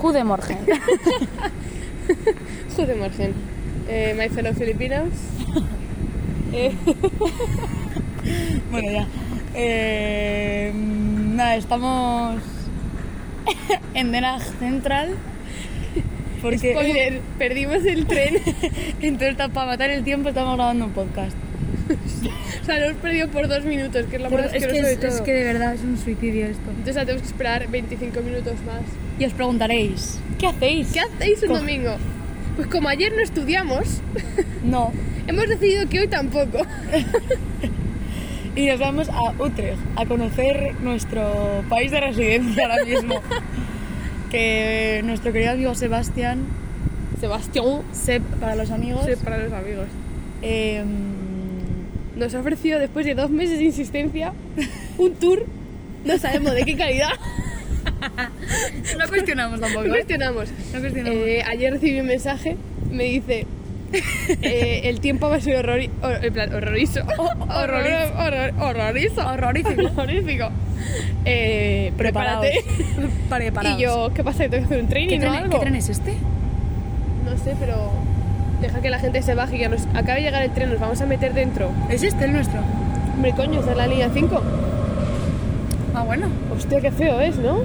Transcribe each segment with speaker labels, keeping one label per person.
Speaker 1: Goedemorgen.
Speaker 2: Goedemorgen. Eh, my fellow Filipinos. Eh,
Speaker 3: Bueno, ya. Eh, nada, estamos en Denag Central. Porque
Speaker 2: spoiler, perdimos el tren.
Speaker 3: entonces para matar el tiempo estamos grabando un podcast.
Speaker 2: O sea, lo hemos perdido por dos minutos, que es lo
Speaker 3: Pero
Speaker 2: más
Speaker 3: es, que
Speaker 2: asqueroso
Speaker 3: es-
Speaker 2: de todo.
Speaker 3: es que de verdad es un suicidio esto.
Speaker 2: Entonces ahora tenemos que esperar 25 minutos más.
Speaker 3: Y os preguntaréis, ¿qué hacéis?
Speaker 2: ¿Qué hacéis un
Speaker 3: Co-
Speaker 2: domingo? Pues como ayer no estudiamos,
Speaker 3: No.
Speaker 2: hemos decidido que hoy tampoco.
Speaker 3: Y nos vamos a Utrecht a conocer nuestro país de residencia ahora mismo. que nuestro querido amigo Sebastián,
Speaker 2: Sebastián.
Speaker 3: Seb para los amigos,
Speaker 2: para los amigos.
Speaker 3: eh,
Speaker 2: Nos ha ofrecido, después de dos meses de insistencia, un tour. No sabemos de qué calidad.
Speaker 3: no cuestionamos tampoco.
Speaker 2: No
Speaker 3: ¿eh?
Speaker 2: cuestionamos.
Speaker 3: No cuestionamos.
Speaker 2: Eh, ayer recibí un mensaje, me dice, eh, el tiempo va a ser horrori- hor- en plan, horrorizo.
Speaker 3: horroriz-
Speaker 2: Horror- horrorizo.
Speaker 3: Horrorífico.
Speaker 2: Horrorífico. Eh, prepárate.
Speaker 3: Preparaos.
Speaker 2: Y yo, ¿qué pasa? ¿Que ¿Tengo que hacer un
Speaker 3: ¿Qué
Speaker 2: training o
Speaker 3: tren,
Speaker 2: algo?
Speaker 3: qué tren es este?
Speaker 2: No sé, pero deja que la gente se baje y que nos acabe de llegar el tren, nos vamos a meter dentro.
Speaker 3: ¿Es este el nuestro?
Speaker 2: Hombre, coño, esa es la línea 5.
Speaker 3: Ah, bueno.
Speaker 2: Hostia, qué feo es, ¿no?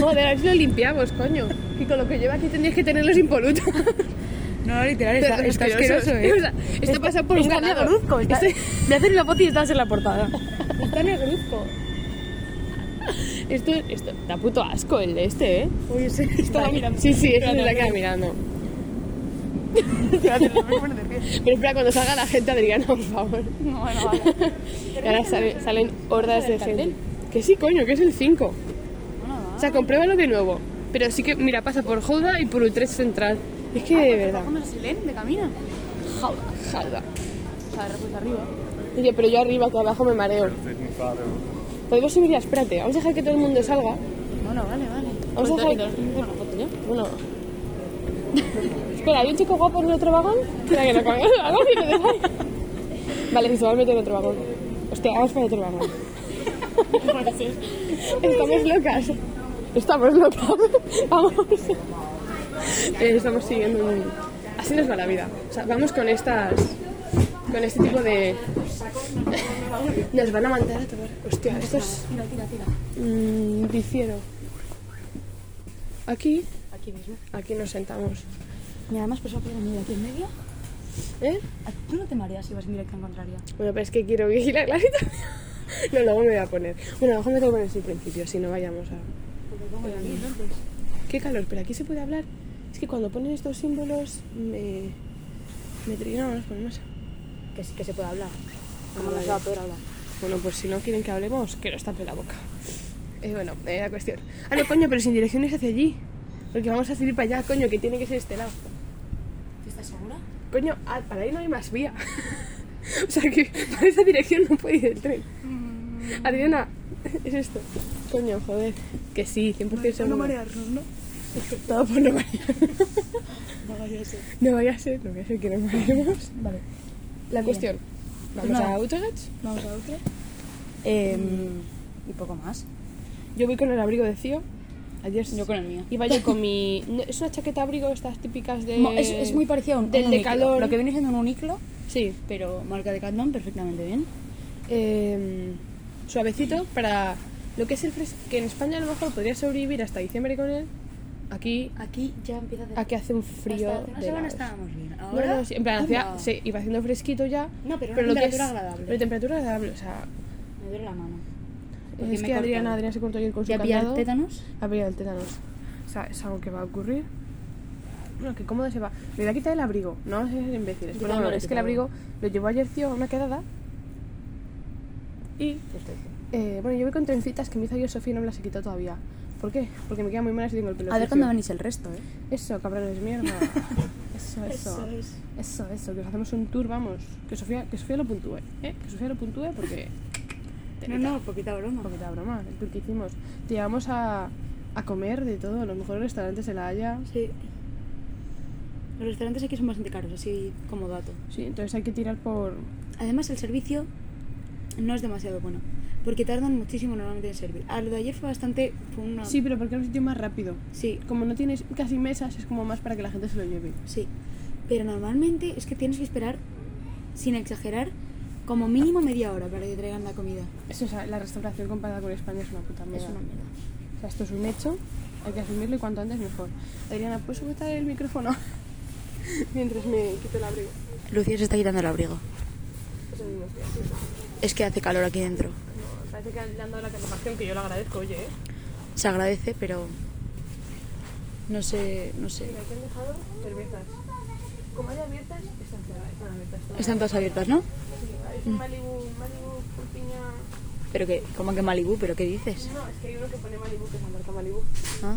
Speaker 2: Joder, a ver si lo limpiamos, coño. Que con lo que lleva aquí tendrías que tenerlos impolutos.
Speaker 3: No, literal, está,
Speaker 2: Pero
Speaker 3: está
Speaker 2: asquerosos.
Speaker 3: asqueroso, ¿eh?
Speaker 2: O sea, esto pasa por un Este-
Speaker 3: está
Speaker 2: ganado.
Speaker 3: negruzco, está- De hacer la foto y estás en la portada.
Speaker 2: Está negruzco. Esto, esto da puto asco el de este, ¿eh?
Speaker 3: Uy, sí, estaba mirando.
Speaker 2: Sí, sí, esa es
Speaker 3: Espérate,
Speaker 2: la que mirando. Pero espera, cuando salga la gente, Adriana, por favor.
Speaker 3: No, bueno, vale.
Speaker 2: Y ahora sale- salen hordas de gente. Que sí, coño, que es el 5. O sea, compruébalo de nuevo. Pero sí que, mira, pasa por Jauda y por Utrecht Central. Es
Speaker 3: Ah, pues
Speaker 2: que de verdad.
Speaker 3: ¿Cómo se leen de camino?
Speaker 2: Jauda, Jauda.
Speaker 3: O sea, pues arriba.
Speaker 2: Oye, pero yo arriba, que abajo me mareo. Podemos subir ya, espérate. Vamos a dejar que todo el mundo salga.
Speaker 3: Bueno, vale, vale.
Speaker 2: Vamos a dejar. Bueno. Espera, hay un chico guapo en el otro vagón. Espera que lo cambie el vagón y lo dejo ahí. Vale, si se va a meter en otro vagón. Hostia, vamos para otro vagón. Estamos locas. Estamos locas. Vamos. Eh, estamos siguiendo un... Así nos va la vida. O sea, vamos con estas. Con este tipo de. Nos van a mandar a tomar. Hostia, esto es. Tira, tira, tira. Difiero. Aquí.
Speaker 3: Aquí mismo.
Speaker 2: Aquí nos sentamos.
Speaker 3: Y además, pues por venir aquí en medio.
Speaker 2: ¿Eh?
Speaker 3: Tú no te mareas si vas en dirección contraria.
Speaker 2: Bueno, pero es que quiero vigilar la vida. No, luego me voy a poner. Bueno, abajo me tengo que poner sin principio, si no vayamos a. Qué calor, pero aquí se puede hablar. Es que cuando ponen estos símbolos me. me trinamos con más.
Speaker 3: Que sí que se puede hablar.
Speaker 2: Como no se va a poder Bueno, pues si no quieren que hablemos, que nos tape la boca. Eh, bueno, eh, la cuestión. Ah, no, coño, pero sin direcciones hacia allí. Porque vamos a seguir para allá, coño, que tiene que ser este lado.
Speaker 3: ¿Estás segura?
Speaker 2: Coño, ah, para ahí no hay más vía. o sea que para esa dirección no puede ir el tren.
Speaker 3: Mm.
Speaker 2: Adriana, es esto. Coño, joder. Que sí, 100% seguro.
Speaker 3: marearnos, ¿no?
Speaker 2: Todo por no marear.
Speaker 3: No vaya a ser.
Speaker 2: No vaya a ser, no vaya a ser que nos mareemos.
Speaker 3: Vale. Pues
Speaker 2: La cuestión. Vamos
Speaker 3: Nada.
Speaker 2: a Utrecht.
Speaker 3: Vamos a otro. Em, y poco más.
Speaker 2: Yo voy con el abrigo de Cío. Ayer
Speaker 3: Yo con el mío.
Speaker 2: Iba yo con mi... no, es una chaqueta abrigo estas típicas de...
Speaker 3: Mo- Es, es muy parecido a un,
Speaker 2: del
Speaker 3: un
Speaker 2: de
Speaker 3: uniclo.
Speaker 2: calor.
Speaker 3: Lo que viene siendo un uniclo,
Speaker 2: Sí.
Speaker 3: pero marca de Catman perfectamente bien.
Speaker 2: eh, suavecito para lo que es el fresco, que en España a lo mejor podría sobrevivir hasta diciembre con él. Aquí,
Speaker 3: Aquí ya empieza a hacer
Speaker 2: aquí hace un frío.
Speaker 3: Hasta hace una semana
Speaker 2: de laos.
Speaker 3: estábamos bien.
Speaker 2: No,
Speaker 3: Ahora,
Speaker 2: no, sí, en plan, hacía-
Speaker 3: anda,
Speaker 2: sí, iba haciendo fresquito ya.
Speaker 3: No, pero una
Speaker 2: lo que
Speaker 3: temperatura
Speaker 2: es-
Speaker 3: agradable.
Speaker 2: Pero temperatura agradable, o sea.
Speaker 3: me duele la mano. Porque
Speaker 2: Es
Speaker 3: me
Speaker 2: que
Speaker 3: he
Speaker 2: Adriana,
Speaker 3: cortado.
Speaker 2: Adriana se cortó ayer con su
Speaker 3: ¿Ya pillar
Speaker 2: candado.
Speaker 3: tétanos?
Speaker 2: Ha pillado el tétanos. O sea, es algo que va a ocurrir. Bueno, que cómodo se va. Me voy a quitar el abrigo. No vamos a ser imbéciles.
Speaker 3: Yo
Speaker 2: Bueno,
Speaker 3: también
Speaker 2: no,
Speaker 3: lo he
Speaker 2: es que el
Speaker 3: quitado.
Speaker 2: abrigo lo llevó ayer tío a una quedada. Y
Speaker 3: Perfecto.
Speaker 2: eh, bueno, yo voy con trencitas que me hizo yo Sofía y no me las he quitado todavía. ¿Por qué? Porque me quedan muy malas y tengo el pelo.
Speaker 3: A ver
Speaker 2: sucio.
Speaker 3: cuándo venís el resto, ¿eh?
Speaker 2: Eso, cabrones, mierda. eso, eso. Eso, eso, que os hacemos un tour, vamos. Que Sofía, que Sofía lo puntúe, ¿eh? Que Sofía lo puntúe porque.
Speaker 3: No, no, poquita broma.
Speaker 2: Porque te broma, el tour que hicimos. Te llevamos a, a comer de todo, los mejores restaurantes de la Haya.
Speaker 3: Sí. Los restaurantes aquí son bastante caros, así como dato.
Speaker 2: Sí, entonces hay que tirar por.
Speaker 3: Además, el servicio no es demasiado bueno. porque tardan muchísimo normalmente en servir. A lo de ayer fue bastante... Fue una...
Speaker 2: Sí, pero porque es un sitio más rápido.
Speaker 3: Sí,
Speaker 2: Como no tienes casi mesas, es como más para que la gente se lo lleve.
Speaker 3: sí. Pero normalmente es que tienes que esperar, sin exagerar, como mínimo media hora para que traigan la comida.
Speaker 2: Eso, o sea, la restauración comparada con España es una puta mierda.
Speaker 3: Es una mierda.
Speaker 2: O sea, esto es un hecho, hay que asumirlo y cuanto antes mejor. Adriana, ¿puedes sujetar el micrófono? Mientras me quito el abrigo.
Speaker 3: Lucía se está quitando el abrigo.
Speaker 2: Eso mismo, estoy
Speaker 3: Es que hace calor aquí dentro.
Speaker 2: Parece que le han dado la calefacción, que yo le agradezco, oye, ¿eh?
Speaker 3: Se agradece, pero... No sé, no sé.
Speaker 2: Mira, aquí han dejado cervezas. Como hay abiertas, están cerradas, están abiertas. todas.
Speaker 3: Están todas abiertas, ¿no?
Speaker 2: Sí,
Speaker 3: Mm.
Speaker 2: es un Malibu, Malibu, Pulpiña...
Speaker 3: Pero que, ¿cómo que Malibu? ¿Pero qué dices?
Speaker 2: No, es que hay uno que pone Malibu, que es la marca Malibu.
Speaker 3: ¿Ah?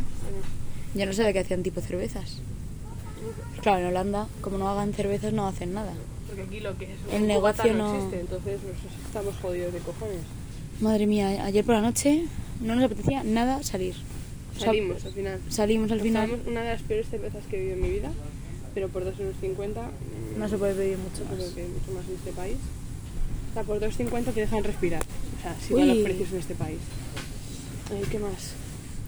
Speaker 3: Yo no sabía que hacían tipo cervezas. Claro, en Holanda, como no hagan cervezas, no hacen nada.
Speaker 2: Porque aquí lo que es...
Speaker 3: El negocio
Speaker 2: Bogotá
Speaker 3: no-
Speaker 2: existe, entonces nosotros estamos jodidos de cojones.
Speaker 3: Madre mía, ayer por la noche no nos apetecía nada salir. O sea,
Speaker 2: Salimos, al final.
Speaker 3: salimos al
Speaker 2: Nos
Speaker 3: final.
Speaker 2: tomamos una de las peores cervezas que he vivido en mi vida, pero por 2,50 euros mm,
Speaker 3: No se puede pedir mucho
Speaker 2: yo creo
Speaker 3: más.
Speaker 2: que hay mucho más en este país. O sea, por 2,50 te dejan respirar. O sea, si van
Speaker 3: Uy.
Speaker 2: los precios en este país. Ay, ¿Qué más?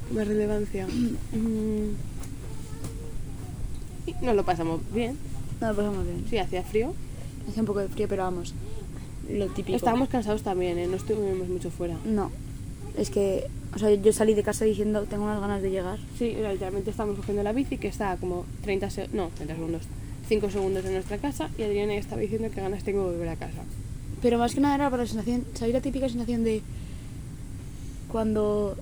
Speaker 2: ¿Qué Más relevancia. Mm. Y Nos lo pasamos bien.
Speaker 3: No, lo pasamos bien.
Speaker 2: Sí, hacía frío.
Speaker 3: Hace un poco de frío, pero vamos. Lo típico.
Speaker 2: Estábamos cansados también, ¿eh? no estuvimos mucho fuera.
Speaker 3: ¿eh? No. Es que, o sea, yo salí de casa diciendo, tengo unas ganas de llegar.
Speaker 2: Sí, o sea, literalmente estábamos cogiendo la bici que está a como 30 segundos, no, 30 segundos, 5 segundos de nuestra casa y Adriana estaba diciendo que ganas tengo de volver a casa.
Speaker 3: Pero más que nada era por la sensación, ¿sabéis la típica sensación de cuando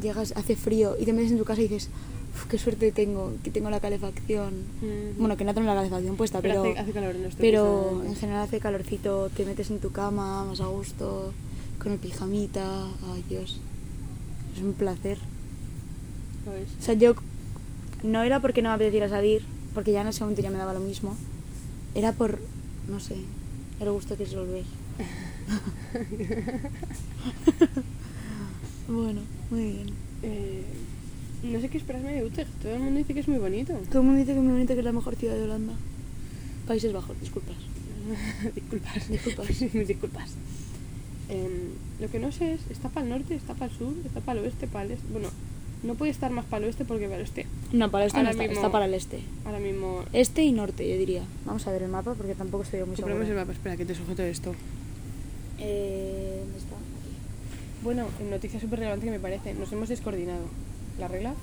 Speaker 3: llegas, hace frío y te metes en tu casa y dices, "Uf, qué suerte tengo, que tengo la calefacción?
Speaker 2: Mm.
Speaker 3: Bueno, que no tengo la calefacción puesta,
Speaker 2: Pero
Speaker 3: pero,
Speaker 2: hace- hace calor en nuestro piso,
Speaker 3: pero
Speaker 2: normalmente.
Speaker 3: en general hace calorcito, te metes en tu cama más a gusto, con el pijamita, ay Dios, es un placer.
Speaker 2: ¿sabes?
Speaker 3: O sea, yo no era porque no me apeteciera salir, porque ya en ese momento ya me daba lo mismo, era por, no sé, el gusto que es volver. bueno, muy bien.
Speaker 2: Eh, no sé qué esperarme de Utrecht, todo el mundo dice que es muy bonito.
Speaker 3: Todo el mundo dice que es muy bonito, que es la mejor ciudad de Holanda. Países Bajos, disculpas.
Speaker 2: disculpas,
Speaker 3: Disculpas.
Speaker 2: Sí, mis disculpas. Em, lo que no sé es, está para el norte, está para el sur, está para el oeste, para el este. Bueno, no puede estar más para el oeste porque para el este
Speaker 3: No, para este
Speaker 2: Ahora
Speaker 3: no está,
Speaker 2: mismo-
Speaker 3: está para el este.
Speaker 2: ahora mismo...
Speaker 3: Este y norte, yo diría. Vamos a ver el mapa porque tampoco estoy yo muy segura.
Speaker 2: Compramos el mapa, espera que te sujeto esto.
Speaker 3: Eh, ¿Dónde está? Aquí.
Speaker 2: Bueno, noticia súper relevante que me parece. Nos hemos descoordinado. La regla.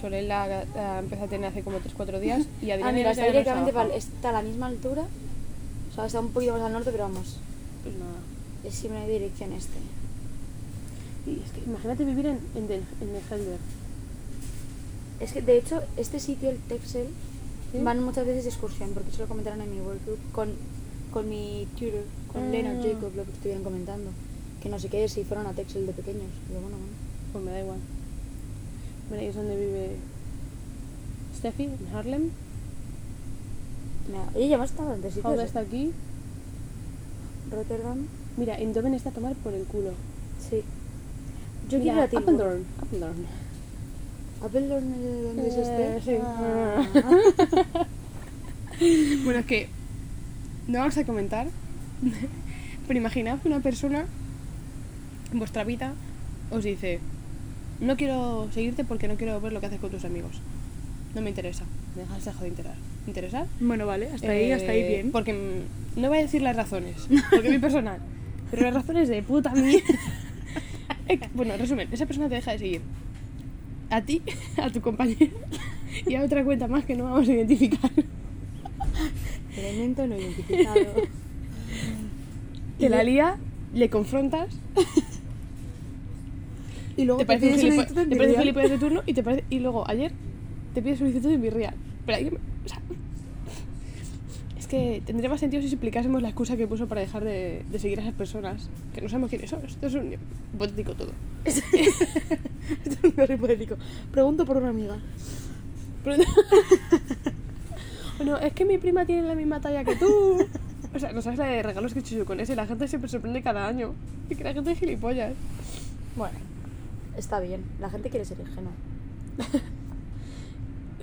Speaker 2: Sobre la, la empezó a tener hace como 3-4 días y
Speaker 3: Ah,
Speaker 2: Adriana
Speaker 3: mira, está
Speaker 2: y Natalia nos
Speaker 3: directamente
Speaker 2: abajo.
Speaker 3: para el- está a la misma altura. O sea, está un poquito más al norte, pero vamos.
Speaker 2: Pues nada.
Speaker 3: Es siempre dirección este.
Speaker 2: Y es que imagínate vivir en, en, Den- en Den Helder.
Speaker 3: Es que, de hecho, este sitio, el Texel,
Speaker 2: ¿Sí?
Speaker 3: van muchas veces de excursión, porque se lo comentaron en mi workgroup con, con mi tutor, con
Speaker 2: Ah.
Speaker 3: Lena Jacob, lo que estuvieron comentando. Que no sé qué, si fueron a Texel de pequeños. Digo, bueno, bueno.
Speaker 2: Pues me da igual. Bueno, ahí es donde vive Steffi, en Harlem.
Speaker 3: Mira, Oye, ya basta bastante sitios.
Speaker 2: Paula
Speaker 3: ¿eh?
Speaker 2: está aquí.
Speaker 3: Rotterdam.
Speaker 2: Mira, en Doven está a tomar por el culo.
Speaker 3: Sí. Yo
Speaker 2: Mira,
Speaker 3: quiero ir a Tilburg.
Speaker 2: Appendorn. Appendorn.
Speaker 3: Appendorn es donde es
Speaker 2: Eh,
Speaker 3: este.
Speaker 2: sí.
Speaker 3: Ah.
Speaker 2: Bueno, es que no vamos a comentar, pero imaginaos que una persona en vuestra vida os dice, no quiero seguirte porque no quiero ver lo que haces con tus amigos. No me interesa. Me dejas de joder interesar. ¿Interesar?
Speaker 3: Bueno, vale,
Speaker 2: Eh, Porque mm, no voy a decir las razones, porque es mi personal. Pero las razones de puta mierda. Eh, bueno, en resumen, esa persona te deja de seguir. A ti, a tu compañero y a otra cuenta más que no vamos a identificar.
Speaker 3: Elemento no identificado.
Speaker 2: Te la lía, le confrontas,
Speaker 3: y luego
Speaker 2: te
Speaker 3: te,
Speaker 2: parece un
Speaker 3: pides una
Speaker 2: gilipo-
Speaker 3: solicitud
Speaker 2: te
Speaker 3: en
Speaker 2: parece un
Speaker 3: Birria.
Speaker 2: gilipollas de turno y, te parece, y luego ayer te pides solicitud de birria. Pero hay que- o sea, es que tendría más sentido si explicásemos la excusa que puso para dejar de, de seguir a esas personas, que no sabemos quiénes son. Esto es un hipotético todo.
Speaker 3: Esto es un caso hipotético. Pregunto por una amiga.
Speaker 2: Pero- bueno, es que mi prima tiene la misma talla que tú. O sea, no sabes la de regalos que chuchu con ese. La gente siempre sorprende cada año. Y que la gente es gilipollas.
Speaker 3: Bueno, está bien. La gente quiere ser ingenua.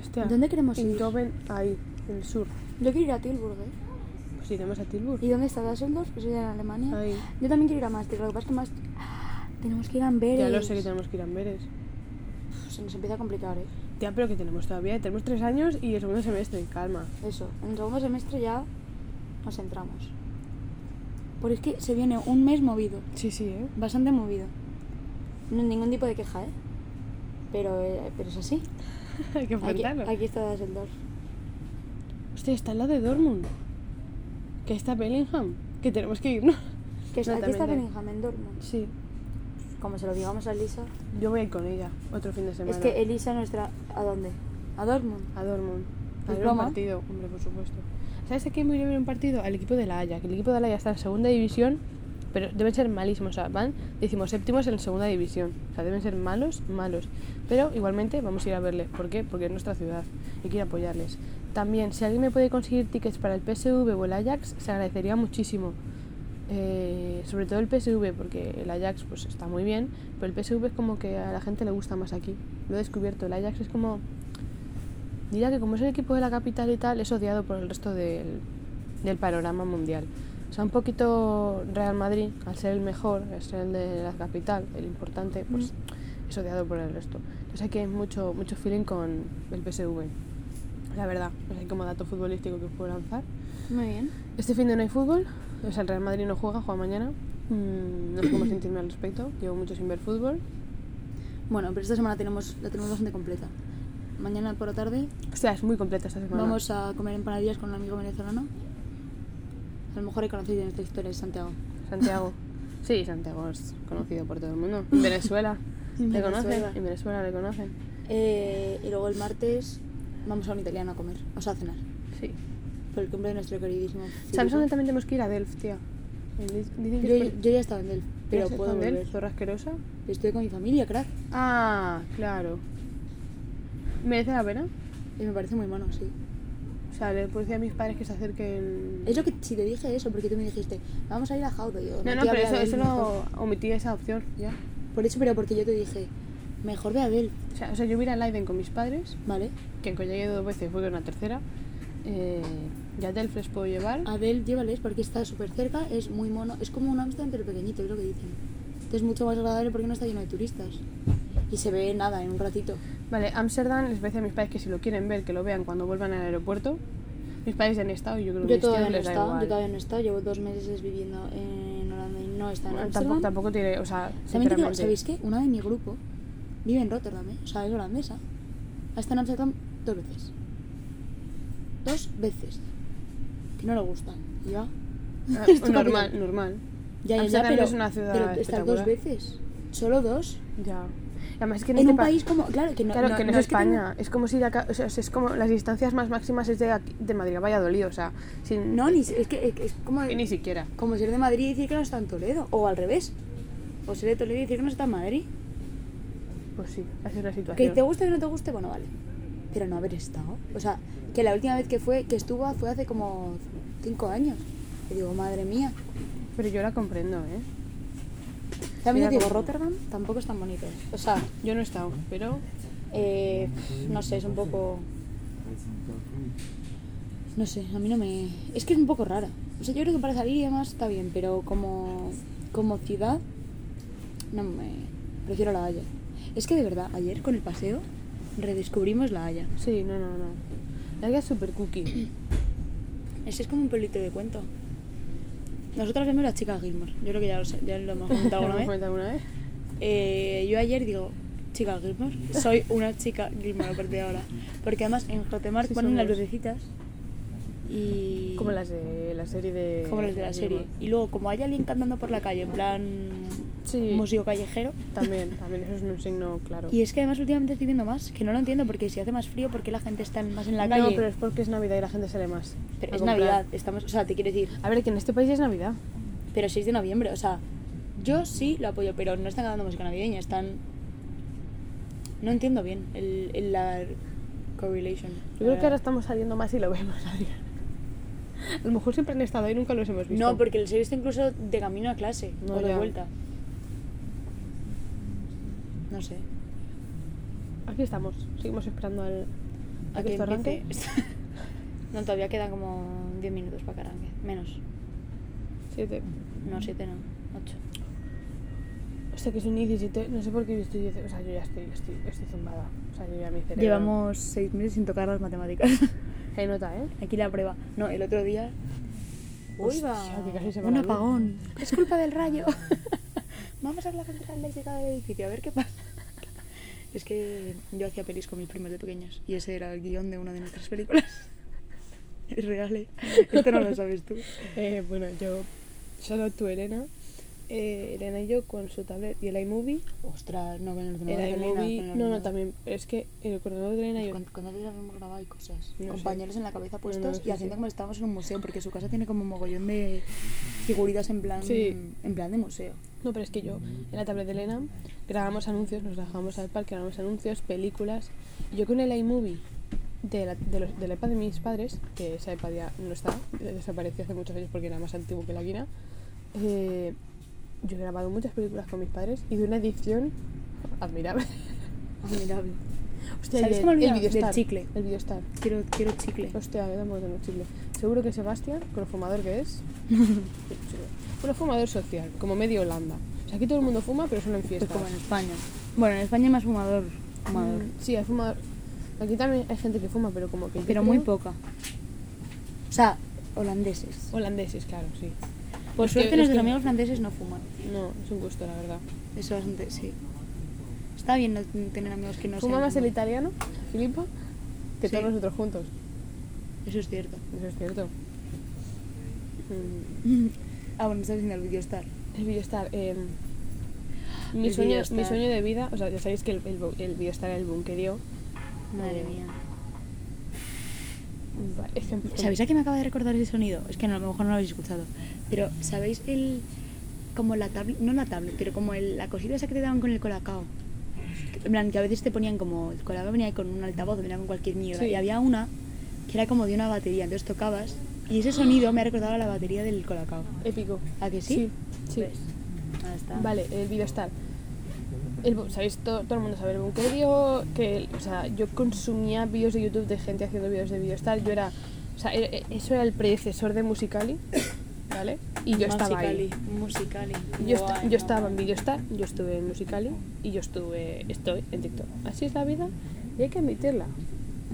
Speaker 2: Hostia.
Speaker 3: ¿Dónde queremos
Speaker 2: En
Speaker 3: ir?
Speaker 2: Doven, ahí, en el sur.
Speaker 3: Yo quiero ir a Tilburg, ¿eh?
Speaker 2: Pues iremos a Tilburg.
Speaker 3: ¿Y dónde está Düsseldorf? Eso ya en Alemania.
Speaker 2: Ahí.
Speaker 3: Yo también quiero ir a Maastricht. Lo que pasa es que Maastricht... Tenemos que ir a Amberes.
Speaker 2: Ya lo sé que tenemos que ir a Amberes.
Speaker 3: Se nos empieza a complicar, ¿eh?
Speaker 2: Ya, pero que tenemos todavía. Tenemos tres años y el segundo semestre, calma.
Speaker 3: Eso, en el segundo semestre ya nos centramos. Porque es que se viene un mes movido,
Speaker 2: Sí, sí, ¿eh?
Speaker 3: bastante movido. No hay ningún tipo de queja, ¿eh? Pero, eh, pero es así.
Speaker 2: Hay
Speaker 3: Aquí,
Speaker 2: que enfrentarlo.
Speaker 3: aquí está Düsseldorf.
Speaker 2: Hostia, está al lado de Dortmund. Que está Bellingham. Que tenemos que irnos.
Speaker 3: Que está,
Speaker 2: No,
Speaker 3: aquí está
Speaker 2: también,
Speaker 3: Bellingham en Dortmund.
Speaker 2: Sí.
Speaker 3: Como se lo digamos a Elisa.
Speaker 2: Yo voy a ir con ella otro fin de semana.
Speaker 3: Es que Elisa nuestra... ¿A dónde? ¿A Dortmund?
Speaker 2: A Dortmund. A
Speaker 3: Pues
Speaker 2: ver un
Speaker 3: vamos.
Speaker 2: partido, hombre, por supuesto. ¿Sabes a quién voy a ir a ver un partido? Al equipo de La Haya. Que el equipo de La Haya está en segunda división, pero deben ser malísimos. O sea, van decimoséptimos en segunda división. O sea, deben ser malos, malos. Pero igualmente vamos a ir a verles. ¿Por qué? Porque es nuestra ciudad y quiero apoyarles. También, si alguien me puede conseguir tickets para el PSV o el Ajax, se agradecería muchísimo. Eh, sobre todo el PSV, porque el Ajax pues está muy bien, pero el PSV es como que a la gente le gusta más aquí. Lo he descubierto, el Ajax es como Diría que como es el equipo de la capital y tal, es odiado por el resto del, del panorama mundial. O sea, un poquito Real Madrid, al ser el mejor, al ser el de la capital, el importante, pues es odiado por el resto. Entonces aquí hay mucho, mucho feeling con el PSV. La verdad, pues hay como dato futbolístico que os puedo lanzar.
Speaker 3: Muy bien.
Speaker 2: Este fin de no hay fútbol, o sea, el Real Madrid no juega, juega mañana. Mm, no sé cómo sentirme al respecto, llevo mucho sin ver fútbol.
Speaker 3: Bueno, pero esta semana tenemos, la tenemos bastante completa. Mañana por la tarde
Speaker 2: O sea, es muy completa esta semana.
Speaker 3: vamos a comer empanadillas con un amigo venezolano. A lo mejor he conocido en esta historia de Santiago.
Speaker 2: Santiago. Sí, Santiago es conocido por todo el mundo. En Venezuela.
Speaker 3: En
Speaker 2: le
Speaker 3: Venezuela.
Speaker 2: conocen. En Venezuela le conocen.
Speaker 3: Eh, y luego el martes vamos a un italiano a comer, o sea, a cenar.
Speaker 2: Sí.
Speaker 3: Por el cumple de nuestro queridísimo.
Speaker 2: ¿Sabes
Speaker 3: Filipo.
Speaker 2: dónde también tenemos que ir a Delft, tía? Eh, di- Dicen que
Speaker 3: Yo,
Speaker 2: es por-
Speaker 3: yo ya estaba en Delft, pero
Speaker 2: ¿Has estado
Speaker 3: puedo
Speaker 2: en Delft,
Speaker 3: volver.
Speaker 2: zorra asquerosa.
Speaker 3: Estoy con mi familia, crack.
Speaker 2: Ah, claro. ¿Merece la pena?
Speaker 3: Y me parece muy mono, sí.
Speaker 2: O sea, les puedo decir a mis padres que se acerquen.
Speaker 3: Es lo que si te dije eso, porque tú me dijiste, vamos a ir a Jaudo. Y yo,
Speaker 2: No, no,
Speaker 3: tía,
Speaker 2: pero
Speaker 3: ve a
Speaker 2: eso,
Speaker 3: Delft
Speaker 2: eso
Speaker 3: mejor".
Speaker 2: lo omití esa opción, ya.
Speaker 3: Por eso, pero porque yo te dije, mejor ve a Delft,
Speaker 2: O sea, o sea, yo voy a ir a Leiden con mis padres,
Speaker 3: ¿vale?
Speaker 2: que aunque llegué dos veces, fui con una tercera. Eh, ya Delft les puedo llevar.
Speaker 3: A Delft llévales porque está súper cerca, es muy mono, es como un Amsterdam pero pequeñito, es lo que dicen. Entonces es mucho más agradable porque no está lleno de turistas. Y se ve nada en un ratito.
Speaker 2: Vale, Ámsterdam, les voy a decir a mis padres que si lo quieren ver, que lo vean cuando vuelvan al aeropuerto. Mis padres ya han estado y yo creo que
Speaker 3: Yo
Speaker 2: es que
Speaker 3: todavía no he
Speaker 2: les da
Speaker 3: estado,
Speaker 2: igual.
Speaker 3: yo todavía no he estado, llevo dos meses viviendo en Holanda y no está en
Speaker 2: Bueno,
Speaker 3: Amsterdam.
Speaker 2: tampoco, tampoco tiene, o sea,
Speaker 3: También te digo,
Speaker 2: sinceramente,
Speaker 3: ¿sabéis qué? Una de mi grupo vive en Rotterdam, ¿eh? o sea, es holandesa. Ha estado en Amsterdam dos veces. Dos veces. Que no le gustan. Y Ya.
Speaker 2: ah,
Speaker 3: es tu
Speaker 2: normal,
Speaker 3: capital.
Speaker 2: normal.
Speaker 3: Ya, ya, ya,
Speaker 2: Amsterdam
Speaker 3: pero,
Speaker 2: es una ciudad
Speaker 3: pero estar dos
Speaker 2: espectacular.
Speaker 3: veces. Solo dos.
Speaker 2: Ya. Y Además es que
Speaker 3: En,
Speaker 2: no es de
Speaker 3: un
Speaker 2: pa-
Speaker 3: país como. Claro, que no,
Speaker 2: claro,
Speaker 3: no-
Speaker 2: que no,
Speaker 3: no
Speaker 2: es
Speaker 3: que tenga-
Speaker 2: España. Es como si ir acá, o sea, es como las distancias más máximas es de, aquí- de Madrid a Valladolid, o sea, sin,
Speaker 3: No, ni, es que es, es como,
Speaker 2: y ni siquiera.
Speaker 3: como ser de Madrid y decir que no está en Toledo. O al revés. O ser de Toledo y decir que no está en Madrid.
Speaker 2: Pues sí, así es la
Speaker 3: Que
Speaker 2: situación.
Speaker 3: te guste o no te guste, bueno, vale. Pero no haber estado. O sea, que la última vez que fue que estuvo fue hace como cinco años. Y digo, madre mía.
Speaker 2: Pero yo la comprendo, ¿eh?
Speaker 3: También
Speaker 2: Mira
Speaker 3: te digo,
Speaker 2: cómo-
Speaker 3: Rotterdam tampoco es tan bonito. O sea,
Speaker 2: Yo no he estado, pero
Speaker 3: eh, no sé, es un poco... No sé, a mí no me... Es que es un poco rara. O sea, yo creo que para salir y demás está bien, pero como, como ciudad, no me... Prefiero La Haya. Es que de verdad, ayer con el paseo redescubrimos La Haya.
Speaker 2: sí, no, no, no. La idea es super cookie.
Speaker 3: Ese es como un pelito de cuento. Nosotras vemos las chicas Gilmore. Yo creo que ya lo, sé- ya lo hemos comentado alguna
Speaker 2: ¿Lo hemos
Speaker 3: vez.
Speaker 2: comentado alguna vez?
Speaker 3: Eh, yo ayer digo, chica Gilmore. Soy una chica Gilmore a partir de ahora. Porque además en Jotemar
Speaker 2: Sí,
Speaker 3: ponen las
Speaker 2: somos.
Speaker 3: lucecitas. Y.
Speaker 2: Como las de la serie de.
Speaker 3: como las de la serie. Y luego, como hay alguien cantando por la calle, en plan.
Speaker 2: Sí.
Speaker 3: Músico callejero.
Speaker 2: También, también eso es un signo claro.
Speaker 3: Y es que además últimamente estoy viendo más, que no lo entiendo porque si hace más frío, ¿por qué la gente está más en la
Speaker 2: no,
Speaker 3: calle?
Speaker 2: pero es porque es Navidad y la gente sale más.
Speaker 3: Pero
Speaker 2: a
Speaker 3: es
Speaker 2: comprar.
Speaker 3: Navidad, estamos. O sea, te quiero decir,
Speaker 2: A ver, que en este país es Navidad.
Speaker 3: Pero 6 de noviembre, o sea, yo sí lo apoyo, pero no están cantando música navideña, están. No entiendo bien el, el- la correlation.
Speaker 2: Yo creo que ahora estamos saliendo más y lo vemos, Adrián. A lo mejor siempre han estado ahí y nunca los hemos visto.
Speaker 3: No, porque les he visto incluso de camino a clase
Speaker 2: No,
Speaker 3: o de
Speaker 2: ya.
Speaker 3: vuelta. No sé.
Speaker 2: Aquí estamos, seguimos esperando al. ¿A que
Speaker 3: que
Speaker 2: esto arranque?
Speaker 3: empiece- no, todavía quedan como 10 minutos para que arranque. Menos. Mm.
Speaker 2: Siete.
Speaker 3: No, 7 no. 8.
Speaker 2: O Hostia, que son 17, no sé por qué yo estoy, dieci- o sea, yo ya estoy, estoy, estoy zumbada. O sea, yo ya mi cerebro.
Speaker 3: Llevamos seis meses sin tocar las matemáticas.
Speaker 2: Se nota, ¿eh?
Speaker 3: Aquí la prueba. No, el otro día.
Speaker 2: Hostia, que casi se va
Speaker 3: un
Speaker 2: la luz.
Speaker 3: apagón. Es culpa del rayo. Vamos a hablar con el eléctrica del edificio, a ver qué pasa. Es que yo hacía pelis con mis primos de pequeños y ese era el guión de una de nuestras películas. Es real, ¿eh? Esto no lo sabes tú.
Speaker 2: Eh, bueno, yo, solo tú, Elena. Eh, Elena y yo con su tablet y el iMovie.
Speaker 3: Ostras, no, con el
Speaker 2: El
Speaker 3: ordenador
Speaker 2: iMovie. No, no, también. Es que el ordenador de Elena y yo.
Speaker 3: Cuando, habíamos grabado y cosas.
Speaker 2: No sé.
Speaker 3: Con pañuelos en la cabeza puestos
Speaker 2: no, sí,
Speaker 3: y haciendo
Speaker 2: sí.
Speaker 3: como estábamos en un museo, porque su casa tiene como mogollón de figuritas en plan,
Speaker 2: Sí.
Speaker 3: en plan de museo.
Speaker 2: No, pero es que yo, en la tablet de Elena, grabamos anuncios, nos bajamos al parque, grabamos anuncios, películas. Y yo con el iMovie de la, de los, del iPad de mis padres, que ese iPad ya no está, desapareció hace muchos años porque era más antiguo que la guina, eh, yo he grabado muchas películas con mis padres y de una edición admirable.
Speaker 3: Admirable.
Speaker 2: Hostia,
Speaker 3: ¿Sabes
Speaker 2: y
Speaker 3: qué me he olvidado?
Speaker 2: video
Speaker 3: Del chicle.
Speaker 2: El videostar.
Speaker 3: Quiero, quiero chicle.
Speaker 2: Hostia, yo tampoco tengo chicle. Seguro que Sebastián, con lo fumador que es, un fumador social, como medio Holanda. O sea, aquí todo el mundo fuma, pero solo en
Speaker 3: Pues
Speaker 2: fiestas.
Speaker 3: como en España. Bueno, en España hay más fumador. fumador.
Speaker 2: Mm, Sí, hay fumador. Aquí también hay gente que fuma, pero como que. yo
Speaker 3: Pero muy
Speaker 2: creo-
Speaker 3: poca. O sea, holandeses.
Speaker 2: Holandeses, claro, sí.
Speaker 3: Por
Speaker 2: Es
Speaker 3: suerte
Speaker 2: que-
Speaker 3: los
Speaker 2: es
Speaker 3: de
Speaker 2: que-
Speaker 3: amigos franceses no fuman.
Speaker 2: No, es un gusto, la verdad.
Speaker 3: Eso bastante, sí. Está bien no tener amigos que no
Speaker 2: Fuma
Speaker 3: sean
Speaker 2: más el
Speaker 3: fumadores.
Speaker 2: italiano, Filippo, que
Speaker 3: Sí.
Speaker 2: todos nosotros juntos.
Speaker 3: Eso es cierto.
Speaker 2: Eso es cierto. Mm,
Speaker 3: Ah, bueno, estás diciendo el video estar.
Speaker 2: El Biostar. Eh, mi,
Speaker 3: El
Speaker 2: sueño,
Speaker 3: Biostar.
Speaker 2: mi sueño de vida, o sea, ya sabéis que el, el, bo- el Biostar era el bunkerío.
Speaker 3: Madre
Speaker 2: Mm.
Speaker 3: mía.
Speaker 2: Va- Es que,
Speaker 3: ¿Sabéis a qué me acaba de recordar ese sonido? Es que no, a lo mejor no lo habéis escuchado. Pero, ¿sabéis el. como la tablet. no la tablet, pero como el- la cosita esa que te daban con el colacao? En plan, que a veces te ponían como. el colacao venía ahí con un altavoz, venía con cualquier mierda.
Speaker 2: Sí.
Speaker 3: Y había una que era como de una batería, entonces tocabas. Y ese sonido me ha recordado a la batería del colacao.
Speaker 2: Épico.
Speaker 3: ¿A que sí?
Speaker 2: Sí. sí.
Speaker 3: Pues, ahí está.
Speaker 2: Vale, el Biostar. El, bu- ¿Sabéis? To- Todo, el mundo sabe el bunkerio. Que, o sea, yo consumía vídeos de YouTube de gente haciendo vídeos de Biostar. Yo era. O sea, era- eso era el predecesor de Musicali. ¿Vale? Y yo estaba ahí.
Speaker 3: Musicali.
Speaker 2: Yo, est- yo estaba en Videostar, yo estuve en Musicali y yo estuve, estoy en TikTok. Así es la vida y hay que admitirla.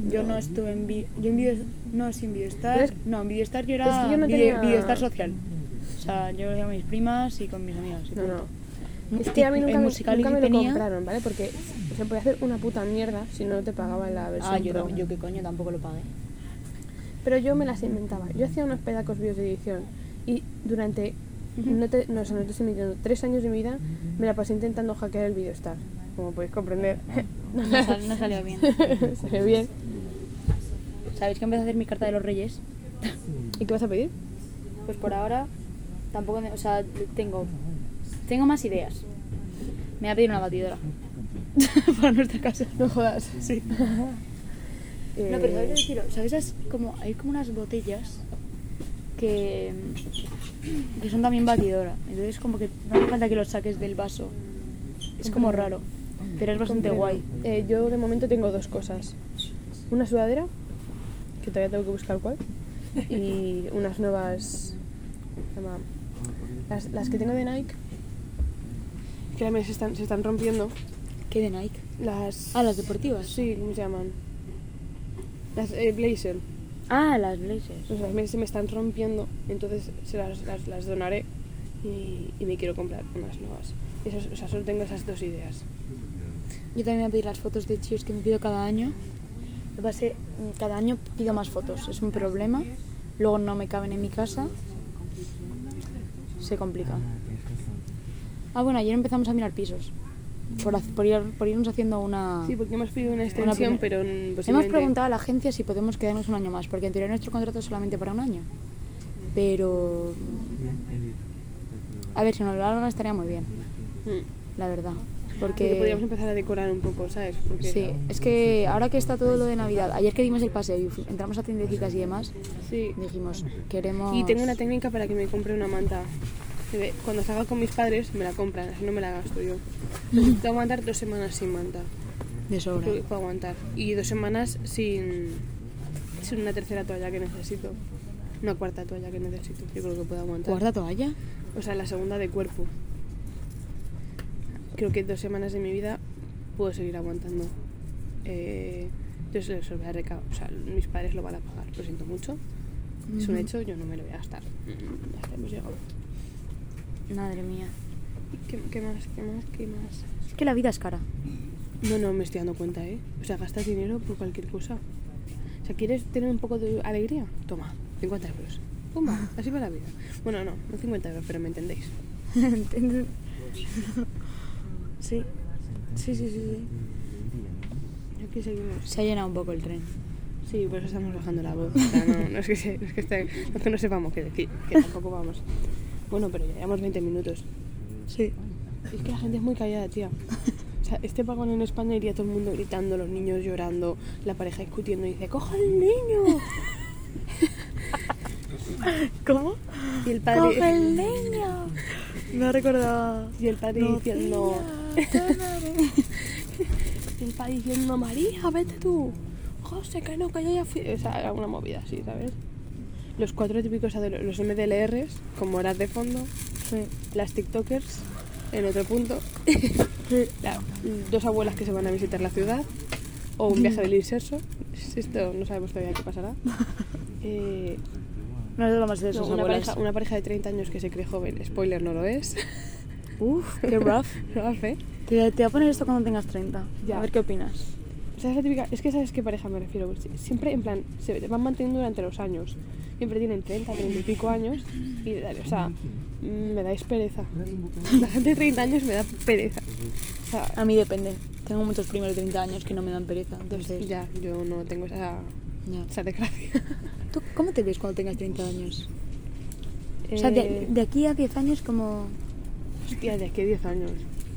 Speaker 3: Yo no estuve en vi- yo en video, no sin videostar,
Speaker 2: Pero es-
Speaker 3: no en videostar yo
Speaker 2: es
Speaker 3: era
Speaker 2: que yo no
Speaker 3: vide-
Speaker 2: tenía-
Speaker 3: videostar social, o sea yo iba con mis primas y con mis amigas. y
Speaker 2: No,
Speaker 3: punto.
Speaker 2: no. Es que a mí
Speaker 3: En
Speaker 2: nunca, me,
Speaker 3: Musical.ly
Speaker 2: nunca me lo
Speaker 3: tenía-
Speaker 2: compraron, ¿vale? Porque se podía hacer una puta mierda si no te pagaban la versión
Speaker 3: Ah, yo,
Speaker 2: pro.
Speaker 3: tam- yo qué coño tampoco lo pagué.
Speaker 2: Pero yo me las inventaba. Yo hacía unos pedacos vídeos de edición y durante, no te, no, o sea, no te estoy mintiendo, tres años de mi vida me la pasé intentando hackear el Videostar. Como podéis comprender,
Speaker 3: No, sal- no salió bien.
Speaker 2: se ve bien.
Speaker 3: ¿Sabéis que empecé a hacer mi carta de los reyes?
Speaker 2: ¿Y qué vas a pedir?
Speaker 3: Pues por ahora tampoco, me- o sea, tengo tengo más ideas. Me voy a pedir una batidora para nuestra casa.
Speaker 2: No jodas. Eh,
Speaker 3: Sí. No, pero ¿sabéis lo que quiero? ¿Sabéis? las- como, hay como unas botellas que, que son también batidora. Entonces, como que no hace falta que los saques del vaso. Es como raro, pero es bastante guay.
Speaker 2: Eh, yo de momento tengo dos cosas. Una sudadera, que todavía tengo que buscar cuál, y unas nuevas... ¿cómo se llama? Las, las que tengo de Nike, que también se están, se están rompiendo.
Speaker 3: ¿Qué de Nike?
Speaker 2: Las...
Speaker 3: Ah, las deportivas.
Speaker 2: Sí, ¿cómo se llaman? Las eh, Blazer.
Speaker 3: Ah, las blazers.
Speaker 2: Pues las mías se me están rompiendo, entonces se las, las- las donaré y, y me quiero comprar unas nuevas. Esas, o sea, solo tengo esas dos ideas.
Speaker 3: Yo también voy a pedir las fotos de chicos que me pido cada año. Lo que pasa es que, mm, cada año pido más fotos, es un problema. Luego no me caben en mi casa. Se complica. Ah, bueno, ayer empezamos a mirar pisos. Por, haz- por ir- por irnos haciendo una...
Speaker 2: Sí, porque hemos pedido una
Speaker 3: Ah. Una
Speaker 2: extensión,
Speaker 3: primera-
Speaker 2: pero mm,
Speaker 3: Hemos
Speaker 2: posiblemente-
Speaker 3: preguntado a la agencia si podemos quedarnos un año más, porque en teoría nuestro contrato es solamente para un año. Pero... A ver, si nos lo largan estaría muy bien,
Speaker 2: Mm.
Speaker 3: la verdad.
Speaker 2: Porque podríamos
Speaker 3: Porque...
Speaker 2: empezar a decorar un poco, ¿sabes? Porque
Speaker 3: Sí, es que ahora que está todo lo de Navidad, ayer que dimos el paseo y fu- entramos a tiendecitas y demás,
Speaker 2: Sí.
Speaker 3: dijimos, queremos...
Speaker 2: Y tengo una técnica para que me compre una manta. Que de- Cuando salga con mis padres me la compran, así no me la gasto yo. Necesito aguantar dos semanas sin manta.
Speaker 3: De sobra.
Speaker 2: Creo que puedo aguantar. Y dos semanas sin, sin una tercera toalla que necesito. Una cuarta toalla que necesito. Yo creo que puedo aguantar.
Speaker 3: ¿Cuarta toalla?
Speaker 2: O sea, la segunda de cuerpo. creo que dos semanas de mi vida puedo seguir aguantando. Eh, yo se los voy a reca- o sea, mis padres lo van a pagar, lo siento mucho. Es un
Speaker 3: Ujú.
Speaker 2: hecho, yo no me lo voy a gastar. Mm, Ya está, hemos llegado.
Speaker 3: Madre mía.
Speaker 2: ¿Qué, qué más? ¿Qué más? ¿Qué más?
Speaker 3: Es que la vida es cara.
Speaker 2: No, no, me estoy dando cuenta, ¿eh? O sea, gastas dinero por cualquier cosa. O sea, ¿quieres tener un poco de alegría? Toma, 50 euros. Toma, así va la vida. Bueno, no, no 50 euros, pero me entendéis.
Speaker 3: ¿Entiendes? sí. Sí, sí, sí, sí.
Speaker 2: Aquí seguimos.
Speaker 3: Se ha llenado un poco el tren.
Speaker 2: Sí, por eso estamos bajando la voz. O sea, no, no es que, se- no es que, esté- no, es que no sepamos qué decir, que tampoco vamos. Bueno, pero ya llevamos 20 minutos.
Speaker 3: Sí.
Speaker 2: Es que la gente es muy callada, tía. O sea, este vagón en España iría todo el mundo gritando, los niños llorando, la pareja discutiendo y dice, ¡coja el niño!
Speaker 3: ¿Cómo?
Speaker 2: Y el padre...
Speaker 3: ¡Coge el niño! Me ha recordado.
Speaker 2: Y el padre diciendo... Y el padre diciendo, María, vete tú. José, que no, que yo ya fui. O sea, era una movida así, ¿sabes? Los cuatro típicos, adole- los MDLRs, con moras de fondo,
Speaker 3: Sí.
Speaker 2: las TikTokers, en otro punto,
Speaker 3: Sí.
Speaker 2: la- dos abuelas que se van a visitar la ciudad, o un viaje del inserso. Si Esto no sabemos todavía qué pasará. Eh,
Speaker 3: No es lo más de
Speaker 2: no,
Speaker 3: esos
Speaker 2: una,
Speaker 3: abuelas.
Speaker 2: pareja, una pareja de 30 años que se cree joven, spoiler, no lo es.
Speaker 3: Uf, qué rough.
Speaker 2: Rough, ¿eh?
Speaker 3: Te, te voy a poner esto cuando tengas 30.
Speaker 2: Ya.
Speaker 3: A ver qué opinas.
Speaker 2: O sea, es la típica, es que sabes qué pareja me refiero. Sie- Siempre, en plan, se van manteniendo durante los años. Siempre tienen 30, 30 y pico años. Y, o sea, mm, me dais pereza. La gente de 30 años me da pereza. O sea,
Speaker 3: A mí depende. Tengo muchos primos de 30 años que no me dan pereza, entonces...
Speaker 2: ya, yo no tengo esa,
Speaker 3: ya.
Speaker 2: esa desgracia.
Speaker 3: ¿Tú cómo te ves cuando tengas 30 años? O sea, de,
Speaker 2: Eh,
Speaker 3: de aquí a 10 años como...
Speaker 2: Hostia, de aquí a 10 años.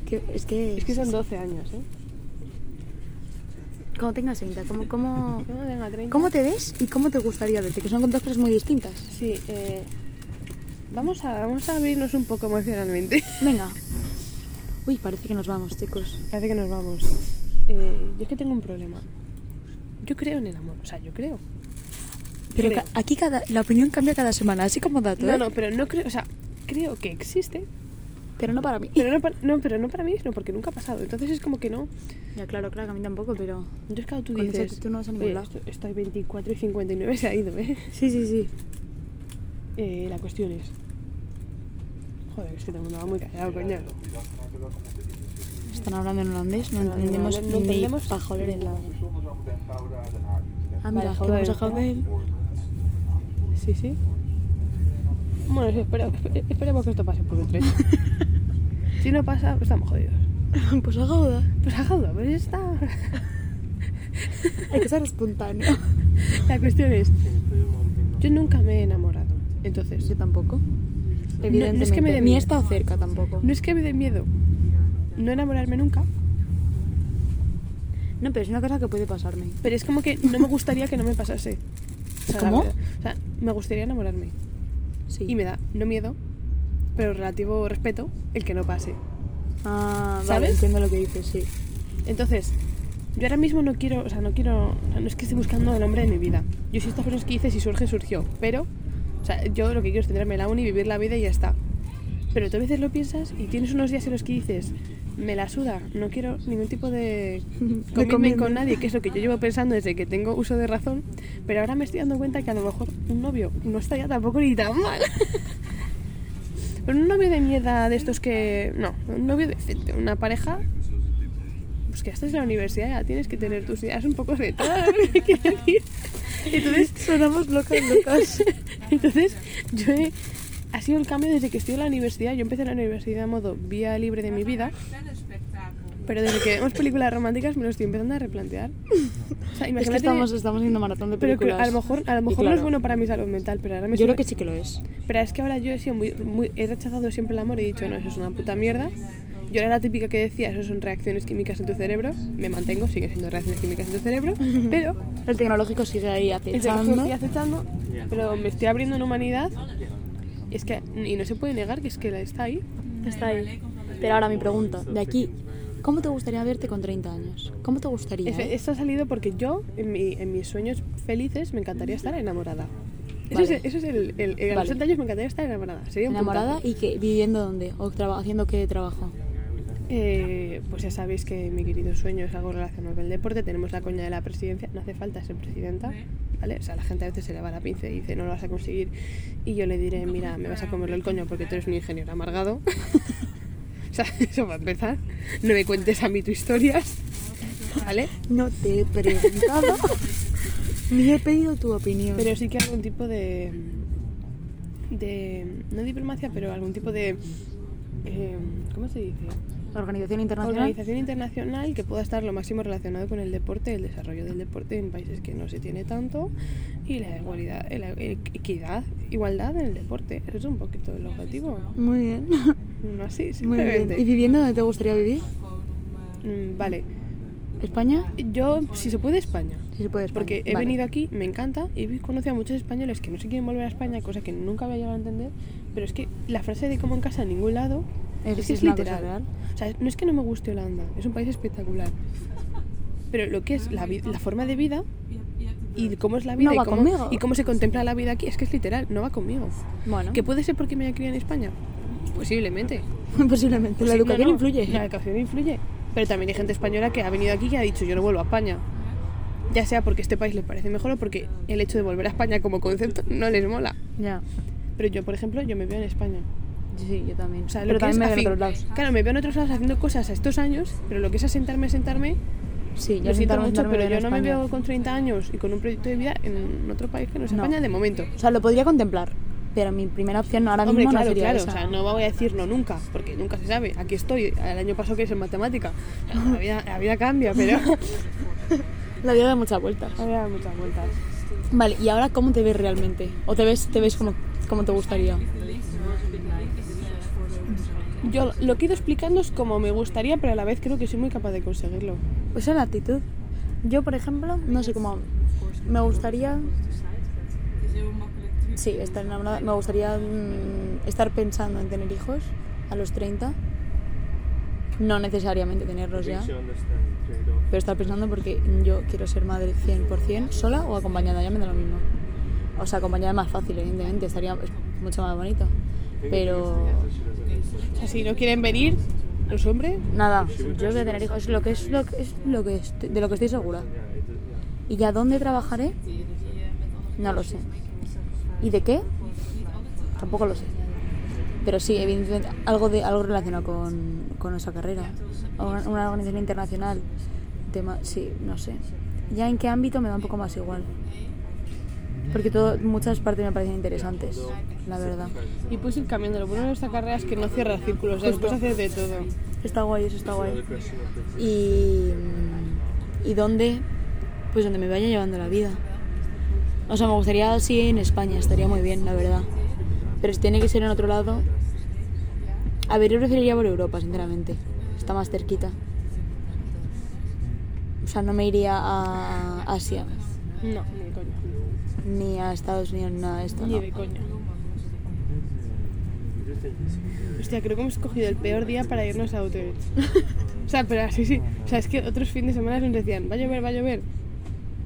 Speaker 3: que- es que...
Speaker 2: Es que son 12 años, ¿eh?
Speaker 3: Cuando tengas 30, ¿cómo, cómo,
Speaker 2: Yo no tengo 30.
Speaker 3: cómo te ves y cómo te gustaría verte? Que son dos cosas muy distintas.
Speaker 2: Sí, eh, vamos, a, vamos a abrirnos un poco emocionalmente.
Speaker 3: Venga. Uy, parece que nos vamos, chicos.
Speaker 2: Parece que nos vamos. Eh, yo es que tengo un problema. Yo creo en el amor, o sea, yo creo.
Speaker 3: Pero
Speaker 2: Creo.
Speaker 3: ca- aquí cada, la opinión cambia cada semana, así como dato,
Speaker 2: No,
Speaker 3: ¿eh?
Speaker 2: no, pero no creo, o sea, creo que existe,
Speaker 3: Pero no para mí.
Speaker 2: pero no para, no, pero no para mí, no, porque nunca ha pasado. Entonces es como que no.
Speaker 3: Ya, claro, claro, que a mí tampoco, pero...
Speaker 2: Entonces, claro, tú
Speaker 3: Con esa
Speaker 2: dices.
Speaker 3: actitud no vas a ningún
Speaker 2: "Oye,
Speaker 3: lado".
Speaker 2: esto- esto hay 24 y 59 se ha ido, ¿eh?
Speaker 3: Sí, sí, sí.
Speaker 2: Eh, La cuestión es. Joder, es que todo el mundo va muy callado, coño.
Speaker 3: Están hablando en holandés, no
Speaker 2: No, no, no,
Speaker 3: entendemos
Speaker 2: no entendemos
Speaker 3: ni pajolero en la... Ah,
Speaker 2: Vale,
Speaker 3: mira, que
Speaker 2: joder.
Speaker 3: vamos a joder.
Speaker 2: Sí, sí. Bueno, sí, espera- esp- esperemos que esto pase por un tren. si no pasa, pues estamos jodidos.
Speaker 3: Pues a joder.
Speaker 2: Pues ajá, pues ya está.
Speaker 3: Hay que ser espontáneo.
Speaker 2: La cuestión es. Yo nunca me he enamorado. Entonces.
Speaker 3: Yo tampoco.
Speaker 2: Evidentemente.
Speaker 3: No es que me dé
Speaker 2: Ni he
Speaker 3: miedo. estado cerca tampoco.
Speaker 2: No es que me dé miedo no enamorarme nunca,
Speaker 3: No, pero es una cosa que puede pasarme.
Speaker 2: pero es como que no me gustaría que no me pasase. O sea, la
Speaker 3: ¿Cómo?
Speaker 2: verdad. O sea, me gustaría enamorarme.
Speaker 3: Sí.
Speaker 2: Y me da, no miedo, pero relativo respeto el que no pase.
Speaker 3: Ah, vale,
Speaker 2: ¿Sabes?
Speaker 3: entiendo lo que dices, sí.
Speaker 2: Entonces, yo ahora mismo no quiero, o sea, no quiero, o sea, no es que esté buscando el hombre de mi vida. Yo si estas cosas que hice, si surge, surgió. Pero, o sea, yo lo que quiero es tenerme la uni, vivir la vida y ya está. Pero tú a veces lo piensas y tienes unos días en los que dices, me la suda, no quiero ningún tipo de commitment
Speaker 3: commitment.
Speaker 2: con nadie, que es lo que yo llevo pensando desde que tengo uso de razón, pero ahora me estoy dando cuenta que a lo mejor un novio no estaría tampoco ni tan mal. Pero un novio de mierda de estos que... No, un novio decente, una pareja pues que esta es la universidad, ya tienes que tener tus ideas un poco de todo. quiero decir. Entonces,
Speaker 3: Sonamos locas, locas.
Speaker 2: entonces, yo he- ha sido el cambio desde que estoy en la universidad. Yo empecé en la universidad a modo vía libre de mi vida, pero desde que vemos películas románticas me lo estoy empezando a replantear. O sea,
Speaker 3: es que
Speaker 2: imagínate-
Speaker 3: estamos, estamos haciendo maratón de
Speaker 2: pero que
Speaker 3: películas.
Speaker 2: a lo mejor, a lo
Speaker 3: Y
Speaker 2: mejor no
Speaker 3: claro,
Speaker 2: es bueno para mi salud mental, pero ahora me
Speaker 3: Yo
Speaker 2: estoy-
Speaker 3: creo que sí que lo es.
Speaker 2: pero es que ahora yo he sido muy, muy- he rechazado siempre el amor y he dicho, no, eso es una puta mierda. Yo era la típica que decía, eso son reacciones químicas en tu cerebro. Me mantengo, siguen siendo reacciones químicas en tu cerebro. Pero
Speaker 3: El tecnológico sigue ahí
Speaker 2: es de que
Speaker 3: acechando.
Speaker 2: estoy aceptando, pero me estoy abriendo en humanidad. Y es que, y no se puede negar que es que la está ahí.
Speaker 3: Está ahí. Pero ahora mi pregunta, de aquí, ¿cómo te gustaría verte con 30 años? ¿Cómo te gustaría?
Speaker 2: Efe-
Speaker 3: eh?
Speaker 2: Esto ha salido porque yo, en, mi- en mis sueños felices, me encantaría estar enamorada. Eso
Speaker 3: Vale.
Speaker 2: es, eso es el, el, el- a los
Speaker 3: Vale.
Speaker 2: 30 años me encantaría estar enamorada. Sería un
Speaker 3: ¿Enamorada
Speaker 2: puntazo.
Speaker 3: y que viviendo dónde? ¿O traba- haciendo qué trabajo?
Speaker 2: Eh, pues ya sabéis que mi querido sueño es algo relacionado con el deporte. Tenemos la coña de la presidencia. No hace falta ser presidenta. ¿Vale? O sea, la gente a veces se le va la pinza y dice, no lo vas a conseguir. Y yo le diré, mira, me vas a comerlo el coño porque tú eres un ingeniero amargado. o sea, eso va a empezar. No me cuentes a mí tus historias. ¿Vale?
Speaker 3: No te he preguntado ni he pedido tu opinión.
Speaker 2: Pero sí que algún tipo de. de. no diplomacia, pero algún tipo de. eh, ¿Cómo se dice?
Speaker 3: Organización internacional.
Speaker 2: Organización internacional que pueda estar lo máximo relacionado con el deporte, el desarrollo del deporte en países que no se tiene tanto y la igualdad, la equidad, igualdad en el deporte. Eso es un poquito el objetivo.
Speaker 3: Muy bien.
Speaker 2: No así,
Speaker 3: Muy bien. ¿Y
Speaker 2: simplemente.
Speaker 3: viviendo donde te gustaría vivir?
Speaker 2: Mm, Vale.
Speaker 3: ¿España?
Speaker 2: Yo, si se puede, España.
Speaker 3: Sí, se puede. España.
Speaker 2: Porque he
Speaker 3: Vale.
Speaker 2: venido aquí, me encanta, y he conocido a muchos españoles que no se quieren volver a España, cosa que nunca había llegado a entender, pero es que la frase de como en casa en ningún lado
Speaker 3: Es-
Speaker 2: es, que
Speaker 3: es
Speaker 2: es,
Speaker 3: una cosa
Speaker 2: literal.
Speaker 3: real.
Speaker 2: O sea, no es que no me guste Holanda, es un país espectacular. Pero lo que es la, vi- la forma de vida y cómo es la vida
Speaker 3: No
Speaker 2: y,
Speaker 3: va
Speaker 2: cómo,
Speaker 3: conmigo.
Speaker 2: y cómo se contempla la vida aquí, es que es literal, no va conmigo.
Speaker 3: Bueno,
Speaker 2: ¿Que puede ser porque me haya criado en España? Posiblemente.
Speaker 3: posiblemente. Pues La
Speaker 2: Sí, no,
Speaker 3: educación
Speaker 2: no,
Speaker 3: influye.
Speaker 2: La educación influye. Pero también hay gente española que ha venido aquí y ha dicho yo no vuelvo a España. Ya sea porque este país les parece mejor o porque el hecho de volver a España como concepto no les mola.
Speaker 3: Ya.
Speaker 2: Pero yo, por ejemplo, yo me veo en España.
Speaker 3: Sí, yo también.
Speaker 2: O sea, lo
Speaker 3: pero
Speaker 2: que
Speaker 3: también me
Speaker 2: es
Speaker 3: veo en
Speaker 2: afin-
Speaker 3: otros lados.
Speaker 2: Claro, me veo en otros lados haciendo cosas a estos años, pero lo que es asentarme, asentarme,
Speaker 3: Sí, yo
Speaker 2: lo siento
Speaker 3: sentarme-
Speaker 2: mucho,
Speaker 3: sentarme
Speaker 2: pero
Speaker 3: en
Speaker 2: yo no me
Speaker 3: España.
Speaker 2: veo con 30 años y con un proyecto de vida en otro país que no es
Speaker 3: No.
Speaker 2: España de momento.
Speaker 3: O sea, lo podría contemplar, pero mi primera opción ahora
Speaker 2: Hombre,
Speaker 3: mismo
Speaker 2: claro,
Speaker 3: no sería
Speaker 2: claro,
Speaker 3: esa.
Speaker 2: o sea, no voy a decir no nunca, porque nunca se sabe. Aquí estoy, el año pasado que es en matemática. La vida, la vida cambia, pero...
Speaker 3: La vida da muchas vueltas.
Speaker 2: Había dado muchas vueltas.
Speaker 3: Vale, ¿y ahora cómo te ves realmente? ¿O te ves, te ves como, como te gustaría?
Speaker 2: Yo lo que he ido explicando es como me gustaría, pero a la vez creo que soy muy capaz de conseguirlo.
Speaker 3: Esa es la actitud. Yo, por ejemplo, no sé cómo... Me gustaría... Sí, estar enamorada. Me gustaría mm, estar pensando en tener hijos a los 30. No necesariamente tenerlos ya. Pero estar pensando porque yo quiero ser madre 100% sola o acompañada, ya me da lo mismo. O sea, acompañada es más fácil, evidentemente, estaría es mucho más bonito. Pero
Speaker 2: O sea, si no quieren venir los hombres,
Speaker 3: nada, yo voy a tener hijos, es lo que es lo que es lo que estoy- de lo que estoy segura. ¿Y ya dónde trabajaré? No lo sé. ¿Y de qué? Tampoco lo sé. Pero sí, evidentemente, algo, de, algo relacionado con, con nuestra carrera. O Una, una organización internacional. Tema, sí, no sé. Ya en qué ámbito me da un poco más igual. Porque todo, muchas partes me parecen interesantes, la verdad.
Speaker 2: y puedes ir cambiando. Lo bueno de esta carrera es que no cierra círculos, o sea,
Speaker 3: Justo.
Speaker 2: después haces de todo.
Speaker 3: Está guay, eso está guay. Y, y dónde, pues donde me vaya llevando la vida. O sea, me gustaría así en España, estaría muy bien, la verdad. Pero si tiene que ser en otro lado... A ver, yo preferiría por Europa, sinceramente. Está más cerquita. O sea, no me iría a Asia,
Speaker 2: No, ni de coña.
Speaker 3: ni a Estados Unidos, ni nada de esto.
Speaker 2: Ni
Speaker 3: no.
Speaker 2: de coña. Hostia, creo que hemos escogido el peor día para irnos a Auschwitz. o sea, pero así sí. O sea, es que otros fines de semana nos decían, va a llover, va a llover.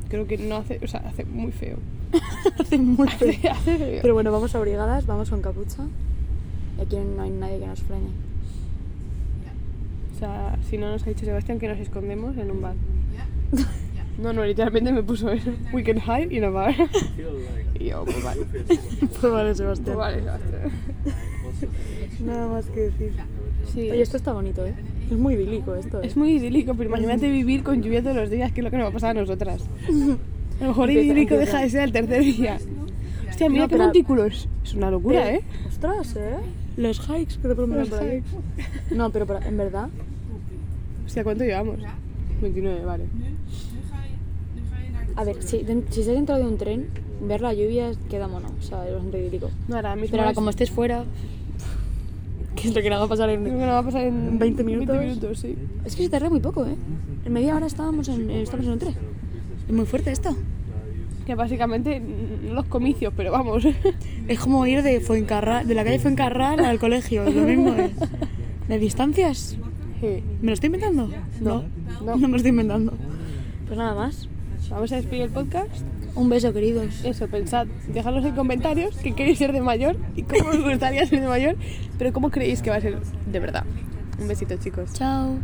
Speaker 2: Creo que no hace, o sea, hace muy feo.
Speaker 3: Hace muy frío.
Speaker 2: hace feo.
Speaker 3: Pero bueno, vamos abrigadas, vamos con capucha. Y aquí no hay nadie que nos frene.
Speaker 2: O sea, si no nos ha dicho Sebastián que nos escondemos en un bar. No, no, literalmente me puso eso. We can hide in a bar. Y yo, pues vale.
Speaker 3: Pues vale, Sebastián.
Speaker 2: Pues vale, Sebastián.
Speaker 3: Nada más que decir.
Speaker 2: Sí.
Speaker 3: Oye, esto está bonito, ¿eh? Es muy idílico esto. ¿eh?
Speaker 2: Es muy idílico, pero imagínate vivir con lluvia todos los días, que es lo que nos va a pasar a nosotras. A lo mejor
Speaker 3: Empieza-
Speaker 2: idílico
Speaker 3: empieza.
Speaker 2: deja de ser el tercer día. Hostia, mira
Speaker 3: No,
Speaker 2: qué
Speaker 3: pero-
Speaker 2: montículos. Es una locura, ¿eh?
Speaker 3: Ostras, ¿eh? Los hikes que te promueven
Speaker 2: Los
Speaker 3: por ahí. No, pero para- en verdad.
Speaker 2: Hostia, ¿cuánto llevamos? 29, vale.
Speaker 3: A ver, si, den- si estás dentro de un tren, ver la lluvia queda mono. O sea, es bastante idílico.
Speaker 2: No, ahora mismo
Speaker 3: Pero ahora,
Speaker 2: es-
Speaker 3: como estés fuera. ¿Qué es lo que nos va a pasar
Speaker 2: Creo
Speaker 3: en.?
Speaker 2: que nos va a pasar en
Speaker 3: 20 minutos.
Speaker 2: minutos, sí.
Speaker 3: Es que se tarda muy poco, ¿eh? En media hora estábamos en, estamos en un tren. Es muy fuerte esto.
Speaker 2: Que básicamente mm, los comicios, pero vamos.
Speaker 3: Es como ir de Fuencarral, de la calle Fuencarral al colegio, lo mismo es. ¿De distancias?
Speaker 2: Sí.
Speaker 3: ¿Me lo estoy inventando? No, no, me lo estoy inventando. Pues nada más.
Speaker 2: Vamos a despedir el podcast.
Speaker 3: Un beso, queridos.
Speaker 2: Eso, pensad, dejadnos en comentarios qué queréis ser de mayor y cómo os gustaría ser de mayor, pero cómo creéis que va a ser de verdad.
Speaker 4: Un besito, chicos.
Speaker 2: Chao.